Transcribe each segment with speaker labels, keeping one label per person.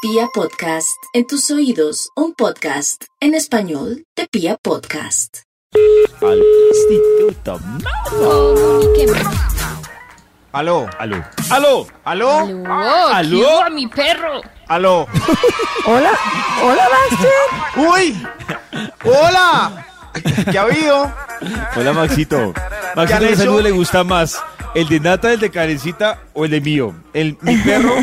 Speaker 1: Pia Podcast, en tus oídos, un podcast en español de Pia Podcast.
Speaker 2: Al Instituto Mago. Aló, aló, aló, aló, ¿Aló?
Speaker 3: ¿Aló? ¿Qué hubo a mi perro?
Speaker 2: aló.
Speaker 4: Hola, hola Baxter.
Speaker 2: ¡Uy! ¡Hola! ¿Qué ha habido?
Speaker 5: Hola Maxito.
Speaker 2: ¿Qué
Speaker 5: Maxito,
Speaker 2: han
Speaker 5: ¿qué
Speaker 2: hecho?
Speaker 5: saludo le gusta más? ¿El de Nata, el de Karencita o el de mío? ¿El mi perro,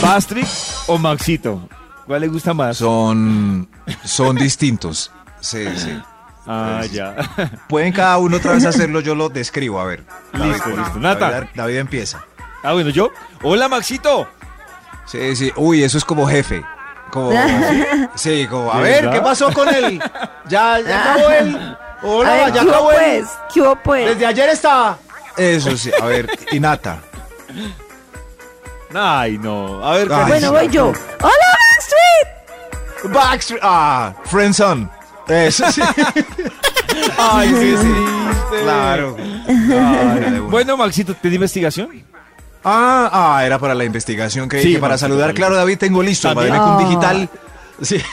Speaker 5: Pastrick o Maxito? ¿Cuál le gusta más?
Speaker 6: son, son distintos. Sí, sí.
Speaker 5: ah, ya.
Speaker 6: Pueden cada uno otra vez hacerlo, yo lo describo, a ver.
Speaker 5: listo, listo. Nata.
Speaker 6: David, David empieza.
Speaker 5: Ah, bueno, yo. Hola Maxito.
Speaker 6: Sí, sí. Uy, eso es como jefe. Como, sí, como, a
Speaker 5: ¿De
Speaker 6: ver,
Speaker 5: verdad?
Speaker 6: ¿qué pasó con él? Ya, ya acabó él.
Speaker 4: A
Speaker 6: Hola,
Speaker 4: ver,
Speaker 6: ya
Speaker 4: ¿qué hubo
Speaker 6: acabó él.
Speaker 4: pues? ¿Qué hubo pues?
Speaker 6: Desde ayer estaba. Eso sí, a ver, y Nata.
Speaker 5: Ay, no. A ver,
Speaker 6: Ay,
Speaker 5: Karencita.
Speaker 4: Bueno, voy yo. ¡Hola Backstreet!
Speaker 6: Backstreet. Ah, Friendzone. Eso sí. Ay, sí, sí. Claro. Claro, de una.
Speaker 5: Bueno, Maxito, ¿te di investigación?
Speaker 6: Ah, ah, era para la investigación, creí
Speaker 5: Sí,
Speaker 6: que para
Speaker 5: Maxito,
Speaker 6: saludar.
Speaker 5: vale.
Speaker 6: Claro, David, tengo listo.
Speaker 5: También.
Speaker 6: Madeleine Kun
Speaker 4: Ah.
Speaker 6: digital. Sí.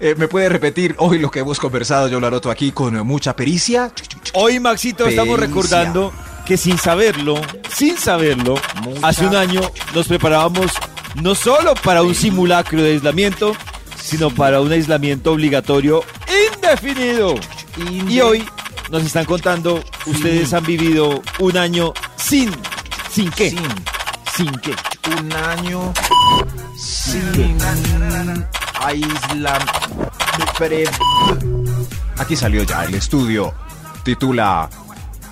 Speaker 6: Eh, ¿Me puede repetir hoy lo que hemos conversado? Yo lo anoto aquí con mucha pericia.
Speaker 5: Hoy, Maxito, estamos
Speaker 6: Pericia.
Speaker 5: recordando que sin saberlo, sin saberlo,
Speaker 6: Mucha-
Speaker 5: hace un año nos preparábamos no solo para un simulacro de aislamiento, sino para un aislamiento obligatorio indefinido. Y hoy nos están contando, ustedes han vivido un año sin, sin qué, sin, qué.
Speaker 6: un año sin aislamiento. Aquí salió ya el estudio. Titula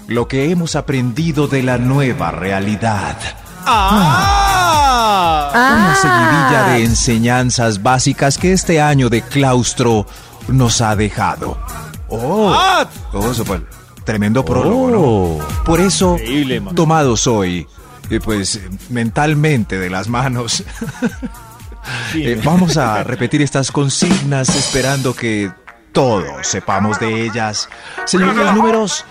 Speaker 6: Lo que hemos aprendido de la nueva realidad.
Speaker 5: ¡Ah!
Speaker 6: Una seguidilla
Speaker 4: Ah,
Speaker 6: de enseñanzas básicas que este año de claustro nos ha dejado. ¡Oh!
Speaker 5: ¡Ah!
Speaker 6: oh eso fue tremendo prólogo, ¿no? Por eso,
Speaker 5: Increíble, man.
Speaker 6: tomados hoy, eh, pues eh, mentalmente de las manos,
Speaker 5: Sí.
Speaker 6: eh, vamos a repetir estas consignas esperando que todos sepamos de ellas. Señores, los números...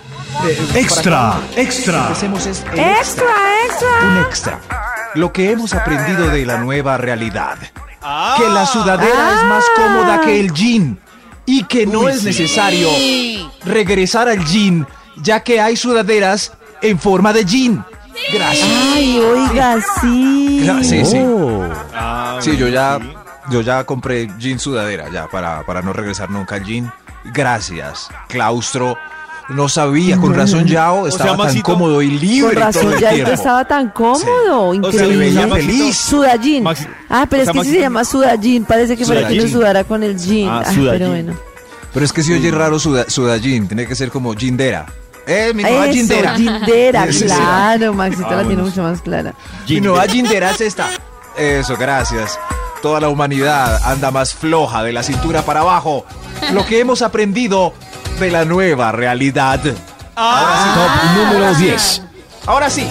Speaker 6: Eh, extra, extra. Empecemos es- el
Speaker 4: extra, extra.
Speaker 6: un extra. Lo que hemos aprendido de la nueva realidad.
Speaker 5: Ah.
Speaker 6: Que la sudadera es más cómoda que el jean. Y que no
Speaker 5: Uy,
Speaker 6: es
Speaker 5: sí.
Speaker 6: necesario regresar al jean, ya que hay sudaderas en forma de jean. Gracias.
Speaker 4: Ay, oiga, sí.
Speaker 6: Gra- Sí, sí.
Speaker 5: Ah,
Speaker 6: Sí, yo ya,
Speaker 5: sí.
Speaker 6: yo ya compré jean sudadera, ya, para, para no regresar nunca al jean. Gracias, claustro. No sabía, con razón Yao estaba tan
Speaker 5: Maxito,
Speaker 6: cómodo y
Speaker 4: Con
Speaker 6: libre todo
Speaker 4: razón,
Speaker 6: el
Speaker 4: ya
Speaker 6: tiempo.
Speaker 4: estaba tan cómodo.
Speaker 5: O sea,
Speaker 6: Se
Speaker 4: Increíble.
Speaker 6: veía
Speaker 5: Maxito,
Speaker 6: feliz.
Speaker 4: Sudallín.
Speaker 5: Maxi-
Speaker 4: Ah, pero
Speaker 5: o sea,
Speaker 4: es que si
Speaker 5: Maxi-
Speaker 4: se llama Sudallín, parece que fuera que uno
Speaker 5: Sudallín.
Speaker 4: sudara con el jean.
Speaker 5: Ah,
Speaker 4: Ah,
Speaker 5: Sudallín.
Speaker 4: pero bueno.
Speaker 6: Pero es que si oye raro suda, sudallín, tiene que ser como jindera. ¡Eh, mi nueva
Speaker 4: Eso,
Speaker 6: jindera!
Speaker 4: Jindera,
Speaker 6: Sí, Ah, sí, sí.
Speaker 4: claro, Maxito la tiene
Speaker 5: Vámonos.
Speaker 4: mucho más clara.
Speaker 6: Mi nueva jindera es esta. Eso, gracias. Toda la humanidad anda más floja de la cintura para abajo. Lo que hemos aprendido de la nueva realidad.
Speaker 3: Ah.
Speaker 2: número 10.
Speaker 6: Ahora sí,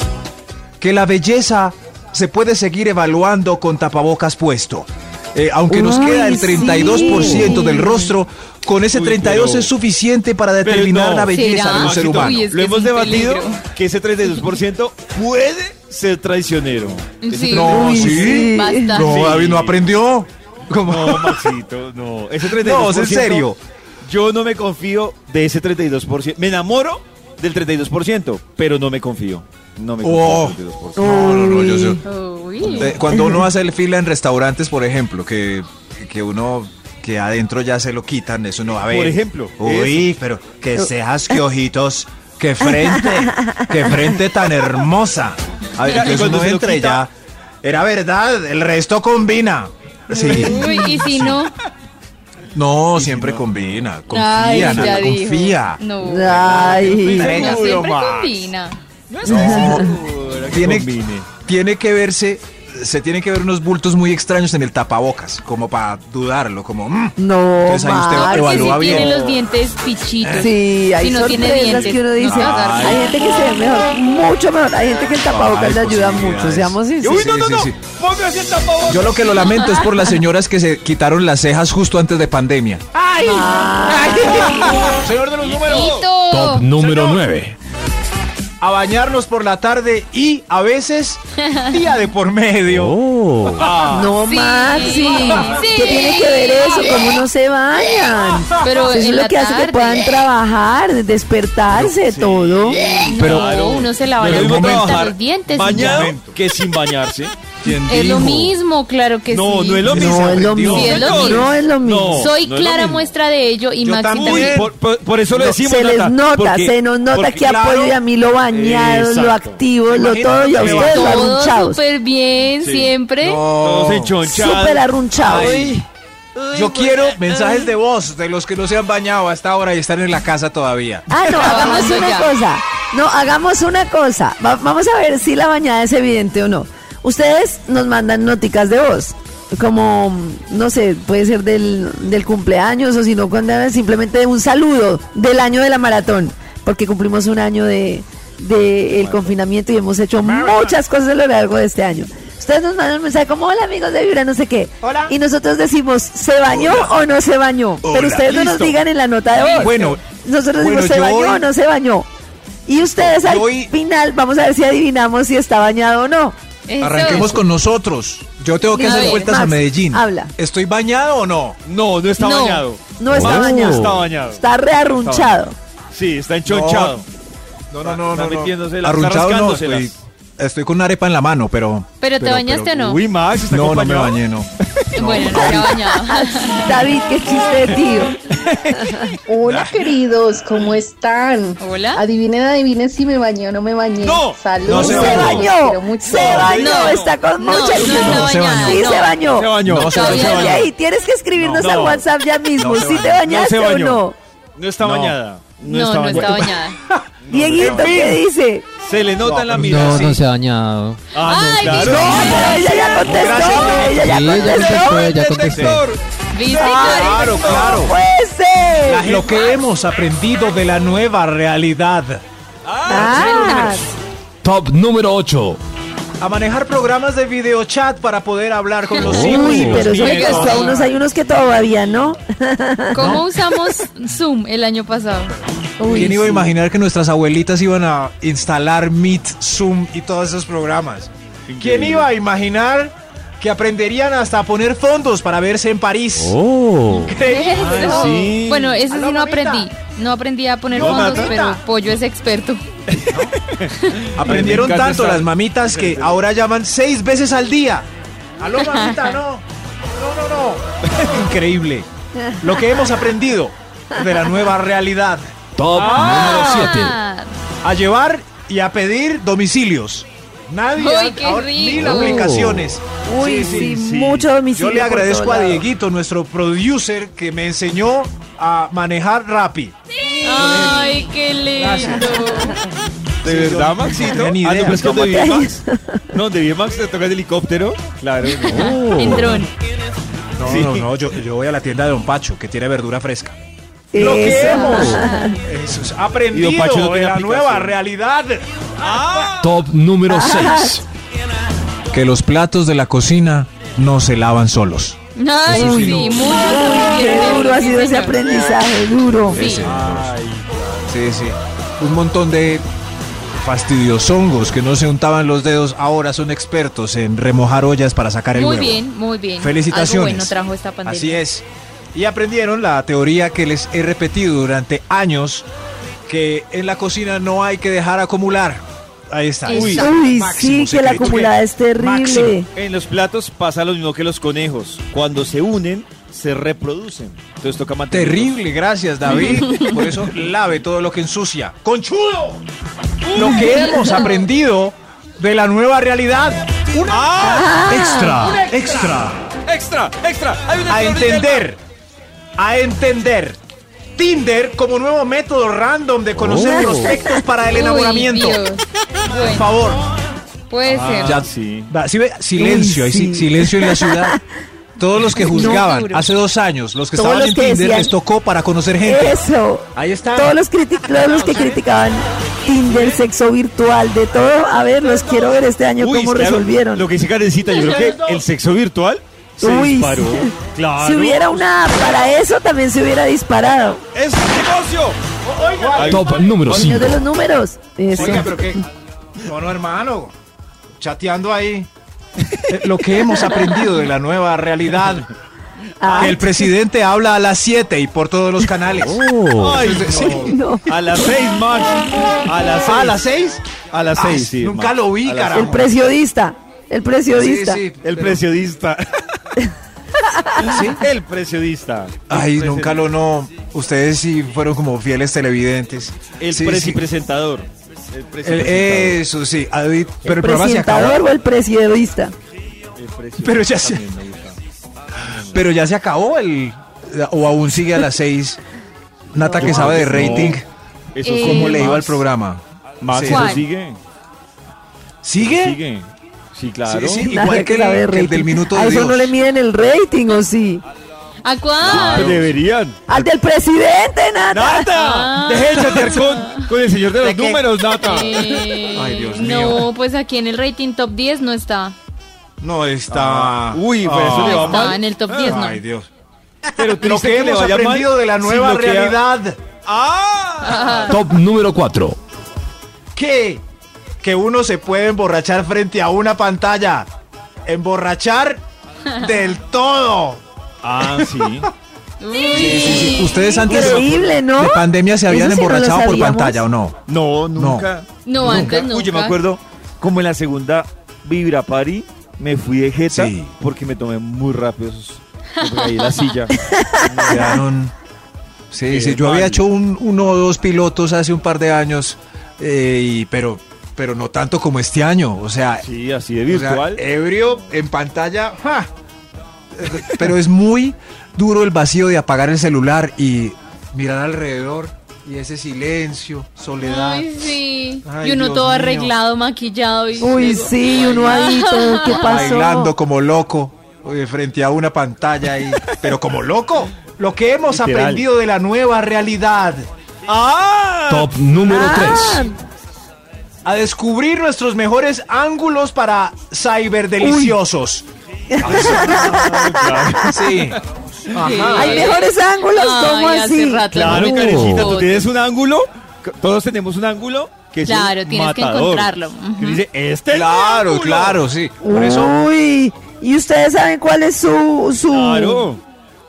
Speaker 6: que la belleza se puede seguir evaluando con tapabocas puesto. Eh, aunque nos
Speaker 4: Uy,
Speaker 6: queda el
Speaker 4: sí.
Speaker 6: 32% del rostro, con ese
Speaker 5: Uy,
Speaker 6: 32
Speaker 5: pero-
Speaker 6: es suficiente para determinar
Speaker 5: no.
Speaker 6: la belleza
Speaker 3: ¿Será?
Speaker 6: de un ser
Speaker 5: Maxito,
Speaker 6: humano.
Speaker 3: Uy, es que
Speaker 5: lo hemos
Speaker 3: un
Speaker 5: debatido
Speaker 3: peligro.
Speaker 5: que ese 32% puede ser traicionero. Ese
Speaker 3: Sí.
Speaker 5: 32%.
Speaker 6: No,
Speaker 4: Uy,
Speaker 6: sí.
Speaker 4: sí.
Speaker 3: Basta.
Speaker 6: No,
Speaker 5: Sí.
Speaker 6: David no aprendió. Como-
Speaker 5: No, Maxito, no. Ese 32%.
Speaker 6: No, es en serio.
Speaker 5: Yo no me confío de ese 32%. Me enamoro del 32%, pero no me confío. No me confío
Speaker 6: Oh.
Speaker 5: del 32%.
Speaker 6: No, no, no, yo sé.
Speaker 3: Uy.
Speaker 6: Eh, Cuando uno hace el fila en restaurantes, por ejemplo, que, que uno que adentro ya se lo quitan, eso no va a ver.
Speaker 5: Por ejemplo,
Speaker 6: Uy, pero que cejas, que ojitos, que frente, que frente tan hermosa. A ver,
Speaker 5: Mira, y
Speaker 6: entonces
Speaker 5: cuando
Speaker 6: uno
Speaker 5: se lo
Speaker 6: entra y
Speaker 5: quita-
Speaker 6: ya. Era verdad, el resto combina. Sí.
Speaker 3: Uy, y si no.
Speaker 6: No, siempre combina. Confía,
Speaker 3: Ay, ya
Speaker 6: Nata,
Speaker 3: dijo.
Speaker 6: confía.
Speaker 3: No.
Speaker 4: Ay,
Speaker 3: No,
Speaker 6: Entrega.
Speaker 3: siempre
Speaker 5: Max.
Speaker 3: combina.
Speaker 5: No,
Speaker 6: tiene,
Speaker 5: combine.
Speaker 6: tiene que verse, se tienen que ver unos bultos muy extraños en el tapabocas, como para dudarlo, como... mm.
Speaker 4: No,
Speaker 6: Entonces ahí usted
Speaker 4: Maxi.
Speaker 3: Porque
Speaker 6: evalúa
Speaker 3: si
Speaker 6: bien.
Speaker 3: tiene los dientes pichitos.
Speaker 4: Sí, hay
Speaker 3: Si no tiene
Speaker 4: sorpresas
Speaker 3: dientes.
Speaker 4: que uno dice.
Speaker 3: No,
Speaker 6: Ay.
Speaker 4: Hay gente que se ve mejor, mucho mejor. Hay gente que el tapabocas
Speaker 6: Ay,
Speaker 4: le ayuda mucho,
Speaker 6: posibilidades.
Speaker 4: seamos
Speaker 5: Uy,
Speaker 4: sinceros.
Speaker 5: no,
Speaker 6: Sí,
Speaker 5: no,
Speaker 6: sí,
Speaker 5: no.
Speaker 6: sí.
Speaker 5: Póngase el tapabocas.
Speaker 6: Yo lo que lo lamento es por las señoras que se quitaron las cejas justo antes de pandemia.
Speaker 5: Señor de los números.
Speaker 3: Tito.
Speaker 2: Número 9.
Speaker 6: a bañarnos por la tarde y a veces día de por medio.
Speaker 5: Oh,
Speaker 4: No,
Speaker 3: Sí.
Speaker 4: Maxi.
Speaker 3: Sí.
Speaker 4: ¿Qué tiene que ver eso? ¿Cómo no se bañan?
Speaker 3: Pero
Speaker 4: Eso es
Speaker 3: en
Speaker 4: lo
Speaker 3: la
Speaker 4: que hace que
Speaker 3: tarde.
Speaker 4: puedan trabajarse, despertarse, todo.
Speaker 5: Pero-
Speaker 3: no, uno se lava
Speaker 5: Pero
Speaker 3: las
Speaker 5: es lo mismo
Speaker 3: manos,
Speaker 5: trabajar
Speaker 3: los dientes. y
Speaker 5: bañado
Speaker 3: ya.
Speaker 5: que sin bañarse.
Speaker 3: Es lo mismo, claro que
Speaker 5: No,
Speaker 3: sí.
Speaker 5: no es lo mismo.
Speaker 4: No es lo mismo.
Speaker 5: Sí, es lo mismo.
Speaker 4: No es lo mismo.
Speaker 3: Soy
Speaker 5: No es lo
Speaker 3: clara
Speaker 5: mismo.
Speaker 3: muestra de ello y
Speaker 6: Yo
Speaker 3: Maxi
Speaker 6: también.
Speaker 5: Uy,
Speaker 3: también.
Speaker 5: por, por- por eso lo decimos.
Speaker 4: se les
Speaker 5: Nata,
Speaker 4: nota,
Speaker 5: porque-
Speaker 4: se nos nota
Speaker 5: porque-
Speaker 4: que apoyo y a mí lo bañado, lo
Speaker 5: Exacto.
Speaker 4: activo, lo
Speaker 6: Imagínate
Speaker 4: todo y a
Speaker 6: que
Speaker 4: ustedes lo
Speaker 3: Todo
Speaker 4: arrunchados.
Speaker 3: súper bien,
Speaker 5: Sí.
Speaker 3: siempre.
Speaker 5: Todos
Speaker 6: No.
Speaker 5: enchonchados.
Speaker 4: Súper arrunchados.
Speaker 6: Ay,
Speaker 4: pues,
Speaker 6: Yo quiero
Speaker 4: eh,
Speaker 6: mensajes de voz de los que no se han bañado hasta ahora y están en la casa todavía.
Speaker 4: Ah, no, hagamos
Speaker 3: Trabajando
Speaker 4: una
Speaker 3: ya.
Speaker 4: cosa. No, hagamos una cosa. Va- vamos a ver si la bañada es evidente o no. Ustedes nos mandan noticas de voz. Como, no sé, puede ser del, del cumpleaños o si no, cuando simplemente de un saludo del año de la maratón. Porque cumplimos un año de, de el confinamiento y hemos hecho muchas cosas a lo largo de este año. Ustedes nos mandan un mensaje como, hola amigos de Vibra, no sé qué.
Speaker 2: Hola.
Speaker 4: Y nosotros decimos, ¿se bañó o no se bañó? Pero
Speaker 6: Hola,
Speaker 4: ustedes no nos
Speaker 6: listo.
Speaker 4: digan en la nota de voz.
Speaker 6: Bueno,
Speaker 4: Nosotros
Speaker 6: Bueno,
Speaker 4: decimos, ¿se
Speaker 6: yo
Speaker 4: bañó o
Speaker 6: hoy-
Speaker 4: no se bañó? Y ustedes
Speaker 6: Yo
Speaker 4: al
Speaker 6: hoy-
Speaker 4: final vamos a ver si adivinamos si está bañado o no.
Speaker 3: Eso
Speaker 6: Arranquemos
Speaker 3: es.
Speaker 6: con nosotros. Yo tengo que
Speaker 3: A
Speaker 6: hacer
Speaker 3: ver,
Speaker 6: vueltas a
Speaker 4: Max,
Speaker 6: Medellín.
Speaker 4: habla.
Speaker 6: ¿Estoy bañado o no?
Speaker 5: No, no está
Speaker 3: No.
Speaker 5: bañado.
Speaker 4: No está
Speaker 5: Max,
Speaker 4: bañado.
Speaker 5: Está bañado.
Speaker 4: Está rearrunchado.
Speaker 5: Sí, está enchonchado.
Speaker 6: No, no, no,
Speaker 5: Está
Speaker 6: no, no.
Speaker 5: metiéndose las- está
Speaker 6: Arrunchado no,
Speaker 5: rascándoselas.
Speaker 6: estoy, estoy con una arepa en la mano, pero.
Speaker 3: ¿Pero te bañaste o no?
Speaker 5: Uy, Max, está
Speaker 6: No, no me
Speaker 5: acompañado.
Speaker 6: bañé, no.
Speaker 3: Bueno, no se ha bañado.
Speaker 4: David, qué chiste de tío.
Speaker 7: Hola queridos, ¿cómo están?
Speaker 3: Hola.
Speaker 7: Adivinen, adivinen si me bañé o no me bañé.
Speaker 5: No,
Speaker 6: no
Speaker 7: Saludos.
Speaker 4: se,
Speaker 6: se
Speaker 7: Los quiero
Speaker 4: bañó.
Speaker 7: mucho.
Speaker 4: Se bañó.
Speaker 3: No,
Speaker 4: está con
Speaker 3: no,
Speaker 4: mucha
Speaker 3: no
Speaker 4: ilusión.
Speaker 3: está
Speaker 6: se bañó.
Speaker 4: Sí,
Speaker 3: bañado,
Speaker 4: se
Speaker 3: no.
Speaker 4: bañó.
Speaker 5: Se bañó.
Speaker 6: No, se
Speaker 3: No,
Speaker 6: bañó.
Speaker 3: se
Speaker 4: Oye, ahí tienes que escribirnos
Speaker 5: No,
Speaker 4: a
Speaker 5: no.
Speaker 4: WhatsApp ya mismo.
Speaker 6: No se
Speaker 4: si te
Speaker 6: bañó.
Speaker 5: No
Speaker 4: bañaste
Speaker 5: se
Speaker 4: o
Speaker 5: bañó.
Speaker 4: no.
Speaker 5: No está
Speaker 6: No.
Speaker 5: bañada.
Speaker 3: No, no,
Speaker 5: está
Speaker 3: está
Speaker 5: bañada.
Speaker 3: bañada.
Speaker 4: Dieguito, ¿qué dice?
Speaker 5: Se le nota en la mirada.
Speaker 8: No,
Speaker 5: sí.
Speaker 8: no se ha bañado.
Speaker 5: Ah, no,
Speaker 3: Ay,
Speaker 5: claro.
Speaker 4: No, pero ella ya contestó. Ella ya
Speaker 8: Sí, ya
Speaker 4: contestó.
Speaker 8: contestó, ya contestó.
Speaker 3: ¿Viste, Karen?
Speaker 6: Ah, Claro, claro.
Speaker 4: No puede ser.
Speaker 6: Lo que hemos aprendido de la nueva realidad.
Speaker 4: Ah,
Speaker 8: Top número 8.
Speaker 6: A manejar programas de videochat para poder hablar con los hijos.
Speaker 4: uy,
Speaker 6: y los
Speaker 4: pero eso le
Speaker 6: nietos.
Speaker 4: costó a unos, hay unos que todavía no.
Speaker 3: ¿Cómo usamos Zoom el año pasado?
Speaker 4: Uy,
Speaker 6: ¿Quién iba a
Speaker 4: sí.
Speaker 6: imaginar que nuestras abuelitas iban a instalar Meet, Zoom y todos esos programas? ¿Quién iba a imaginar que aprenderían hasta a poner fondos para verse en París?
Speaker 5: Oh.
Speaker 6: Increíble.
Speaker 3: Eso.
Speaker 5: sí.
Speaker 3: Bueno, eso
Speaker 6: Aló,
Speaker 3: sí no
Speaker 6: mamita.
Speaker 3: aprendí. No aprendí a poner
Speaker 6: No,
Speaker 3: fondos,
Speaker 6: mamita.
Speaker 3: pero Pollo es experto.
Speaker 6: Aprendieron
Speaker 5: Me encanta
Speaker 6: tanto
Speaker 5: esa-
Speaker 6: las mamitas que ahora llaman seis veces al día. Aló, mamita, no. No, no, no. Increíble. Lo que hemos aprendido de la nueva realidad.
Speaker 8: Top
Speaker 3: Ah,
Speaker 6: A llevar y a pedir domicilios. Nadie,
Speaker 3: Uy,
Speaker 6: ha-
Speaker 3: qué
Speaker 6: ahora- ni
Speaker 3: rico.
Speaker 6: las aplicaciones.
Speaker 5: Sí,
Speaker 4: Uy, sí,
Speaker 5: sí, sí.
Speaker 4: mucho domicilio.
Speaker 6: Yo le
Speaker 4: por
Speaker 6: agradezco
Speaker 4: todo
Speaker 6: a
Speaker 4: lado.
Speaker 6: Dieguito, nuestro producer, que me enseñó a manejar Rappi.
Speaker 3: Ay, qué lindo.
Speaker 5: ¿De verdad, Maxito?
Speaker 6: tenía ni
Speaker 5: Ah, no,
Speaker 6: idea.
Speaker 5: pero es que
Speaker 6: ¿Cómo
Speaker 5: donde
Speaker 4: te
Speaker 5: vive Max. No, donde vive Max te toca el helicóptero. Claro.
Speaker 6: Oh.
Speaker 3: En dron.
Speaker 6: No,
Speaker 5: Sí.
Speaker 6: no, no, yo, yo voy a la tienda de Don Pacho, que tiene verdura fresca.
Speaker 4: Eso.
Speaker 6: Lo que hemos eso es, aprendido
Speaker 5: Y Don Pacho no
Speaker 6: de
Speaker 5: tiene aplicación.
Speaker 6: la
Speaker 5: Ah.
Speaker 6: nueva realidad.
Speaker 8: Top número 6.
Speaker 6: Que los platos de la cocina no se lavan solos.
Speaker 3: Ay,
Speaker 6: Eso sí,
Speaker 3: sí,
Speaker 6: no.
Speaker 3: mucho.
Speaker 4: Qué duro ha sido ese aprendizaje, duro.
Speaker 3: Sí.
Speaker 6: Sí, sí. Un montón de fastidiosos hongos que no se untaban los dedos ahora son expertos en remojar ollas para sacar el
Speaker 3: Muy
Speaker 6: huevo.
Speaker 3: bien, muy bien.
Speaker 6: Felicitaciones.
Speaker 3: Algo bueno trajo esta pandemia.
Speaker 6: Así es. Y aprendieron la teoría que les he repetido durante años, que en la cocina no hay que dejar acumular. Ahí está.
Speaker 3: Exacto.
Speaker 4: Uy, sí,
Speaker 6: Máximo
Speaker 4: que la
Speaker 6: secreto.
Speaker 4: acumulada es terrible.
Speaker 6: Máximo.
Speaker 5: En los platos pasa lo mismo que los conejos. Cuando se unen, se reproducen. Entonces toca mantenerlos.
Speaker 6: Terrible, gracias David. Por eso lave todo lo que ensucia. ¡Conchudo! Lo que hemos aprendido de la nueva realidad. Una extra, extra.
Speaker 5: ¡Extra! ¡Extra! Hay una
Speaker 6: A
Speaker 5: extraordinaria-
Speaker 6: entender, a entender. Tinder como nuevo método random de conocer
Speaker 4: Oh.
Speaker 6: prospectos para el
Speaker 3: Uy,
Speaker 6: enamoramiento. Ah.
Speaker 3: Dios.
Speaker 6: Por
Speaker 3: Bueno,
Speaker 6: favor.
Speaker 3: puede ser.
Speaker 5: Ya Ah, sí.
Speaker 6: Va, sí ve- silencio,
Speaker 4: Uy,
Speaker 6: ahí sí,
Speaker 4: sí.
Speaker 6: silencio en la ciudad. Todos los que juzgaban
Speaker 3: duro.
Speaker 6: hace dos años, los que
Speaker 4: Todos
Speaker 6: estaban
Speaker 4: los
Speaker 6: en
Speaker 4: que
Speaker 6: Tinder,
Speaker 4: decían-
Speaker 6: les tocó para conocer gente.
Speaker 4: Eso.
Speaker 6: Ahí está.
Speaker 4: Todos los, criti- todos los que criticaban Tinder, sexo virtual, de todo. A ver, los quiero ver este año
Speaker 5: Uy,
Speaker 4: cómo
Speaker 5: claro,
Speaker 4: resolvieron.
Speaker 5: Lo que dice Karencita, yo creo que el sexo virtual se
Speaker 4: Uy,
Speaker 5: disparó.
Speaker 4: sí.
Speaker 5: Claro.
Speaker 4: Si hubiera una app para eso, también se hubiera disparado.
Speaker 5: ¡Es un negocio!
Speaker 8: Top número
Speaker 4: Señor
Speaker 8: 5.
Speaker 4: de los números. Eso.
Speaker 6: Oiga, pero qué. No, no, hermano. Chateando ahí. Eh, Lo que hemos aprendido de la nueva realidad.
Speaker 4: Ah,
Speaker 6: Que el presidente habla a las 7 y por todos los canales.
Speaker 5: Oh. Ay,
Speaker 4: no.
Speaker 5: A las seis, Max. A las seis.
Speaker 6: ¿A las 6?
Speaker 5: A las
Speaker 6: Ay,
Speaker 5: seis, sí,
Speaker 6: nunca
Speaker 5: Max.
Speaker 6: lo vi,
Speaker 5: A las
Speaker 6: carajo.
Speaker 5: seis.
Speaker 4: El preciodista. El preciodista.
Speaker 5: El preciodista. El preciodista.
Speaker 6: Ay, nunca lo no. Ustedes sí fueron como fieles televidentes.
Speaker 5: El
Speaker 6: Sí, sí.
Speaker 5: precipresentador. El
Speaker 6: El- eh,
Speaker 5: precipresentador.
Speaker 6: eso sí, Adit, pero el
Speaker 4: ¿El
Speaker 6: programa se
Speaker 4: presentador
Speaker 6: acabó.
Speaker 4: o el preciodista?
Speaker 5: El preciodista
Speaker 6: Pero ya se-
Speaker 5: también me gusta.
Speaker 6: Pero ya se acabó el o aún sigue a las seis. Nata que sabe de rating,
Speaker 5: Eso
Speaker 3: Eh,
Speaker 6: ¿cómo
Speaker 5: sigue,
Speaker 6: le iba al
Speaker 5: Max.
Speaker 6: programa?
Speaker 5: Max,
Speaker 6: Sí.
Speaker 5: eso
Speaker 3: ¿Cuál?
Speaker 5: sigue.
Speaker 6: ¿Sigue?
Speaker 5: Sigue. Sí, claro.
Speaker 6: Sí, sí.
Speaker 4: Nadie
Speaker 6: Igual que el-
Speaker 4: sabe de
Speaker 6: que el del
Speaker 4: rating.
Speaker 6: minuto
Speaker 4: A
Speaker 6: de
Speaker 4: eso no
Speaker 6: Dios.
Speaker 4: le miden el rating, ¿o sí?
Speaker 3: ¿A
Speaker 5: Ah,
Speaker 3: cuál?
Speaker 5: deberían.
Speaker 4: ¡Al del presidente, Nata!
Speaker 5: ¡Nata!
Speaker 3: Ah.
Speaker 5: Deje de chatear con, con el señor de los números, Nata.
Speaker 3: Eh,
Speaker 6: Ay, Dios mío.
Speaker 3: No, pues aquí en el rating top 10 no está.
Speaker 6: No está.
Speaker 5: Uy, pues eso
Speaker 6: Ah.
Speaker 5: le va
Speaker 3: Está
Speaker 5: mal.
Speaker 3: en el top 10, no.
Speaker 6: Ay, Dios.
Speaker 5: Pero
Speaker 6: Lo
Speaker 5: triste
Speaker 6: que
Speaker 5: le
Speaker 6: hemos
Speaker 5: vaya mal
Speaker 6: aprendido de la
Speaker 5: si
Speaker 6: nueva
Speaker 5: bloquea-
Speaker 6: realidad.
Speaker 8: Top número 4.
Speaker 6: ¿Qué? Que uno se puede emborrachar frente a una pantalla. Emborrachar del todo.
Speaker 5: Ah, sí.
Speaker 6: Ustedes antes
Speaker 4: Increíble, ¿no?
Speaker 6: de pandemia se habían
Speaker 4: Eso sí no lo
Speaker 6: emborrachado por
Speaker 4: sabíamos.
Speaker 6: pantalla, ¿o no?
Speaker 5: No, nunca.
Speaker 3: No, antes nunca.
Speaker 5: Uy, yo me acuerdo, como en la segunda Vibra Party, me fui de jeta
Speaker 6: Sí.
Speaker 5: porque me tomé muy rápido. esos- me pegué ahí en la silla.
Speaker 4: Ah.
Speaker 6: Quedaron- Sí,
Speaker 5: Qué
Speaker 6: sí, yo
Speaker 5: mal.
Speaker 6: había hecho un, uno o dos pilotos hace un par de años, eh, y- pero, pero no tanto como este año. O sea,
Speaker 5: Sí, así de
Speaker 6: o sea,
Speaker 5: virtual.
Speaker 6: ebrio en pantalla. ¡ja! Pero es muy duro el vacío de apagar el celular y mirar alrededor y ese silencio, soledad.
Speaker 3: Ay, sí.
Speaker 6: Ay,
Speaker 3: y uno
Speaker 6: Dios
Speaker 3: todo
Speaker 6: mío.
Speaker 3: arreglado, maquillado. Y
Speaker 4: Uy,
Speaker 3: luego-
Speaker 4: sí, uno ahí, todo, ¿qué pasó?
Speaker 6: bailando como loco eh, frente a una pantalla ahí, pero como loco. Lo que hemos
Speaker 5: Literal.
Speaker 6: aprendido de la nueva realidad Ah.
Speaker 8: Top número 3.
Speaker 6: a descubrir nuestros mejores ángulos para ciberdeliciosos. Sí.
Speaker 4: Hay mejores ángulos, ¿cómo
Speaker 3: Ay, hace
Speaker 4: así?
Speaker 3: rato
Speaker 5: Claro,
Speaker 3: no.
Speaker 5: Karencita, tú tienes un ángulo. c- Todos tenemos un ángulo que es
Speaker 3: Claro,
Speaker 5: un
Speaker 3: tienes que
Speaker 5: matador.
Speaker 3: encontrarlo, ujú.
Speaker 5: Que dice, este es mi
Speaker 6: Claro,
Speaker 5: ángulo".
Speaker 6: claro, sí. Por eso
Speaker 4: Uy, ¿y ustedes saben cuál es su, su,
Speaker 5: Claro.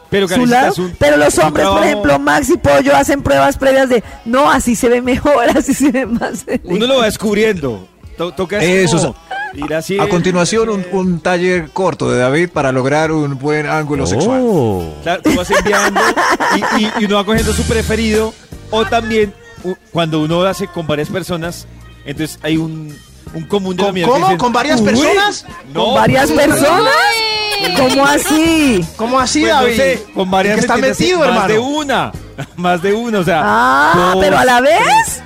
Speaker 5: Pero
Speaker 4: su
Speaker 5: Karencita,
Speaker 4: lado?
Speaker 5: es un-
Speaker 4: Pero los
Speaker 5: un
Speaker 4: hombres, por
Speaker 5: trabajo-
Speaker 4: ejemplo, Max y Pollo hacen pruebas previas de, no, así se ve mejor, así se ve más.
Speaker 5: Uno lo va descubriendo. To- toca así
Speaker 6: Eso,
Speaker 5: como ir así.
Speaker 6: a continuación un, un taller corto de David para lograr un buen
Speaker 5: Oh.
Speaker 6: ángulo sexual.
Speaker 8: Oh.
Speaker 5: Claro, tú vas enviando y, y- y uno va cogiendo su preferido. O también u- cuando uno lo hace con varias personas, entonces hay un, un común
Speaker 6: ¿Con-
Speaker 5: denominador. que
Speaker 6: ¿Cómo?
Speaker 5: dicen,
Speaker 6: ¿Con varias
Speaker 5: "Uy,
Speaker 6: personas?
Speaker 5: No,
Speaker 4: ¿Con varias personas?
Speaker 3: Ay.
Speaker 4: ¿Cómo así?
Speaker 6: ¿Cómo así,
Speaker 5: pues, no
Speaker 6: David?
Speaker 5: sé, con varias
Speaker 6: ¿En qué está
Speaker 5: entiéndase,
Speaker 6: metido,
Speaker 5: más
Speaker 6: hermano?
Speaker 5: de una. Más de una, o sea.
Speaker 4: Ah,
Speaker 5: dos,
Speaker 4: pero a la vez.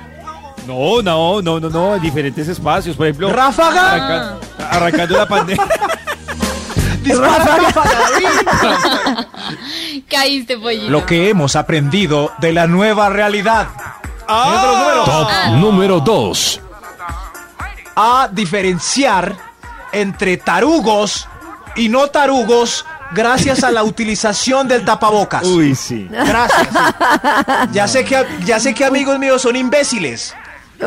Speaker 5: No, no, no, no, no, en diferentes espacios. Por ejemplo,
Speaker 6: ¿Ráfaga?
Speaker 5: arranca-
Speaker 6: ¡ah!
Speaker 5: arrancando la pandemia.
Speaker 3: Caíste, pollito.
Speaker 6: Lo que hemos aprendido de la nueva realidad. Señor de los números.
Speaker 8: Top número 2.
Speaker 6: a diferenciar entre tarugos y no tarugos gracias a la utilización del tapabocas.
Speaker 5: Uy, sí.
Speaker 6: Gracias. Ya sé que ya sé que amigos míos son imbéciles.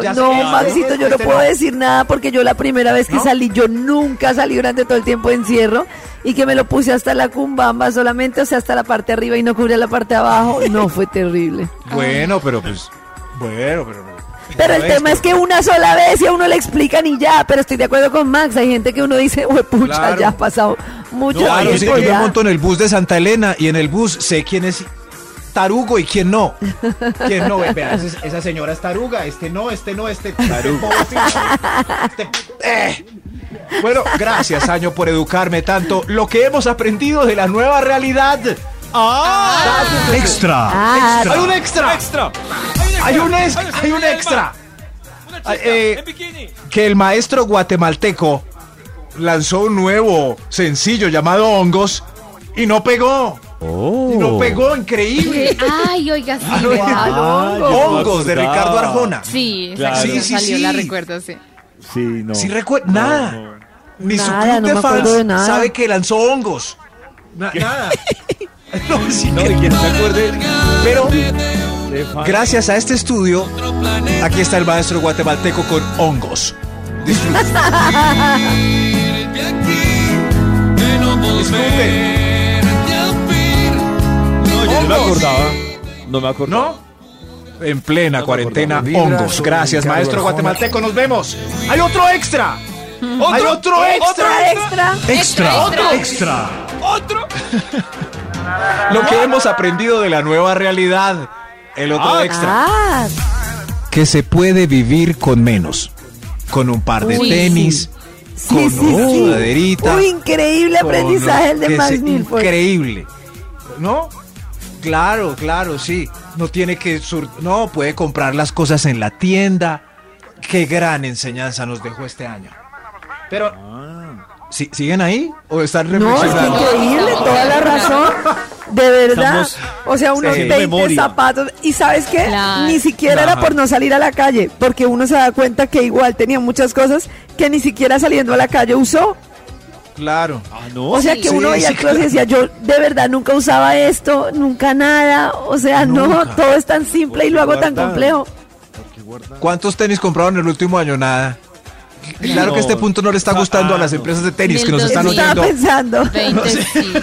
Speaker 6: Ya sé
Speaker 4: No,
Speaker 6: que-
Speaker 4: Maxito, yo no
Speaker 6: Este
Speaker 4: puedo decir nada porque yo la primera vez que salí, yo nunca salí durante todo el tiempo de encierro y que me lo puse hasta la cumbamba solamente, o sea, hasta la parte de arriba y no cubría la parte de abajo. No, fue terrible.
Speaker 6: Bueno, pero pues bueno, pero
Speaker 4: Pero el tema es que una sola vez y a uno le explican y ya, pero estoy de acuerdo con Max, hay gente que uno dice, "Hue pucha,
Speaker 6: Claro.
Speaker 4: ya ha pasado mucho
Speaker 6: Claro,
Speaker 5: Claro,
Speaker 6: sí,
Speaker 4: tiempo
Speaker 6: yo me
Speaker 4: ya".
Speaker 6: monto en el bus de Santa Elena y en el bus sé quién es tarugo y quién no. Quién no, vea, ese- esa señora es taruga, este no, este no, este tarugo. eh. Bueno, gracias, Año, por educarme tanto. Lo que hemos aprendido de la nueva realidad.
Speaker 8: Extra.
Speaker 4: Ah,
Speaker 6: Hay un extra.
Speaker 5: Extra.
Speaker 6: Hay un, ex- hay un extra. Ay, eh, que el maestro guatemalteco lanzó un nuevo sencillo llamado Hongos y no pegó. Y no pegó, increíble.
Speaker 3: Ay, oiga, sí. ¿verdad?
Speaker 5: Ah, yo no me
Speaker 6: Hongos de
Speaker 5: acordaba.
Speaker 6: Ricardo Arjona.
Speaker 3: Sí,
Speaker 5: Claro.
Speaker 3: esa canción
Speaker 6: Sí, sí,
Speaker 3: salió,
Speaker 6: sí.
Speaker 3: la recuerdo, sí.
Speaker 5: Sí, no.
Speaker 6: Sí recuerdo nada. Ni su
Speaker 4: Nada,
Speaker 6: club
Speaker 4: no
Speaker 6: de
Speaker 4: me acuerdo
Speaker 6: fans
Speaker 4: de nada.
Speaker 6: sabe que lanzó Hongos. Na- nada. No, sí,
Speaker 5: No, y quien se acuerde,
Speaker 6: pero Gracias a este estudio, aquí está el maestro guatemalteco con hongos. Disfruten.
Speaker 5: No, yo no me acordaba. No me acordaba.
Speaker 6: ¿No? En plena
Speaker 5: No me
Speaker 6: cuarentena,
Speaker 5: acordaba.
Speaker 6: hongos. Gracias, maestro guatemalteco. Nos vemos. Hay otro extra. Hay otro extra.
Speaker 4: Extra, extra.
Speaker 3: Extra, otro.
Speaker 8: extra.
Speaker 5: Otro.
Speaker 6: Lo que hemos aprendido de la nueva realidad. El otro extra.
Speaker 4: Ah,
Speaker 6: Que se puede vivir con menos. Con un par de
Speaker 3: Uy,
Speaker 6: tenis.
Speaker 4: sí, sí,
Speaker 6: con una
Speaker 4: sí.
Speaker 6: sudaderita.
Speaker 4: Uy, increíble
Speaker 6: con
Speaker 4: Este aprendizaje el
Speaker 6: lo
Speaker 4: de
Speaker 6: que
Speaker 4: Max
Speaker 6: se-
Speaker 4: Milford.
Speaker 6: Increíble. ¿No? Claro, claro, sí. No tiene que... sur- no, puede comprar las cosas en la tienda. Qué gran enseñanza nos dejó este año. Pero... ¿sí- ¿Siguen ahí? ¿O están
Speaker 4: No, es que
Speaker 6: reflexionando?
Speaker 4: increíble,
Speaker 3: No,
Speaker 4: toda la
Speaker 3: no,
Speaker 4: razón. De verdad.
Speaker 5: Estamos
Speaker 4: o sea, unos
Speaker 6: haciendo
Speaker 4: 20
Speaker 5: memoria.
Speaker 4: zapatos. Y sabes qué?
Speaker 3: Claro.
Speaker 4: Ni siquiera era
Speaker 6: Ajá.
Speaker 4: por no salir a la calle, porque uno se da cuenta que igual tenía muchas cosas que ni siquiera saliendo a la calle usó.
Speaker 6: Claro.
Speaker 5: Ah, no.
Speaker 4: O sea, que
Speaker 6: Sí,
Speaker 4: uno veía
Speaker 6: sí,
Speaker 4: cosas y decía, yo de verdad nunca usaba esto, nunca nada. O sea, no,
Speaker 6: Nunca.
Speaker 4: todo es tan simple y lo hago tan
Speaker 5: Guardado.
Speaker 4: complejo.
Speaker 6: ¿Cuántos tenis compraron el último año? Nada. Claro que este punto no le está gustando a las empresas de tenis que nos están
Speaker 3: Mil
Speaker 4: Estaba
Speaker 6: oyendo.
Speaker 4: pensando.
Speaker 3: 20, sí.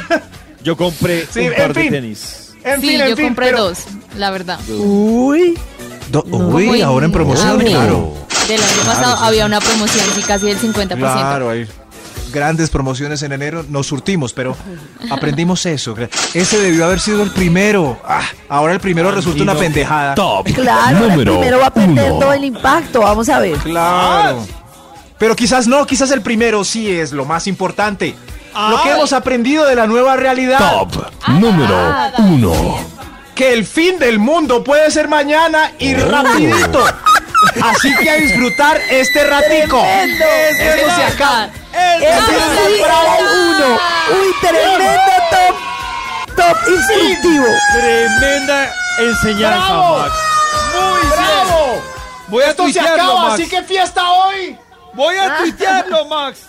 Speaker 5: Yo compré
Speaker 2: Sí,
Speaker 5: un
Speaker 2: en
Speaker 5: par de
Speaker 2: fin.
Speaker 5: tenis.
Speaker 2: En
Speaker 3: Sí,
Speaker 2: fin, en
Speaker 3: yo
Speaker 2: fin,
Speaker 3: compré
Speaker 2: pero-
Speaker 3: dos, la verdad.
Speaker 4: Uy,
Speaker 6: Do- Uy,
Speaker 3: Como
Speaker 6: ahora en promoción,
Speaker 3: abril
Speaker 6: claro.
Speaker 3: Del año pasado había una promoción sí, casi del 50%.
Speaker 6: Claro, hay grandes promociones en enero, nos surtimos, pero aprendimos eso. Ese debió haber sido el primero. Ah, ahora el primero resulta una pendejada.
Speaker 8: Top
Speaker 4: claro, ahora el
Speaker 8: número
Speaker 4: primero va a perder
Speaker 8: uno.
Speaker 4: todo el impacto. Vamos a ver.
Speaker 6: Claro. Pero quizás no, quizás el primero sí es lo más importante. Lo que hemos aprendido de la nueva realidad.
Speaker 8: Top número uno.
Speaker 6: que el fin del mundo puede ser mañana y rapidito. Así que a disfrutar este ratico. Eso se acaba.
Speaker 4: Ese sí era el uno. Uy, tremendo top. Top instructivo.
Speaker 5: Tremenda enseñanza,
Speaker 2: ¡Bravo!
Speaker 5: Max.
Speaker 2: ¡Bravo!
Speaker 5: Voy a
Speaker 2: Esto se
Speaker 5: tuitearlo,
Speaker 2: acaba,
Speaker 5: Max.
Speaker 2: así que fiesta hoy. Ah.
Speaker 5: Voy a tuitearlo, Max.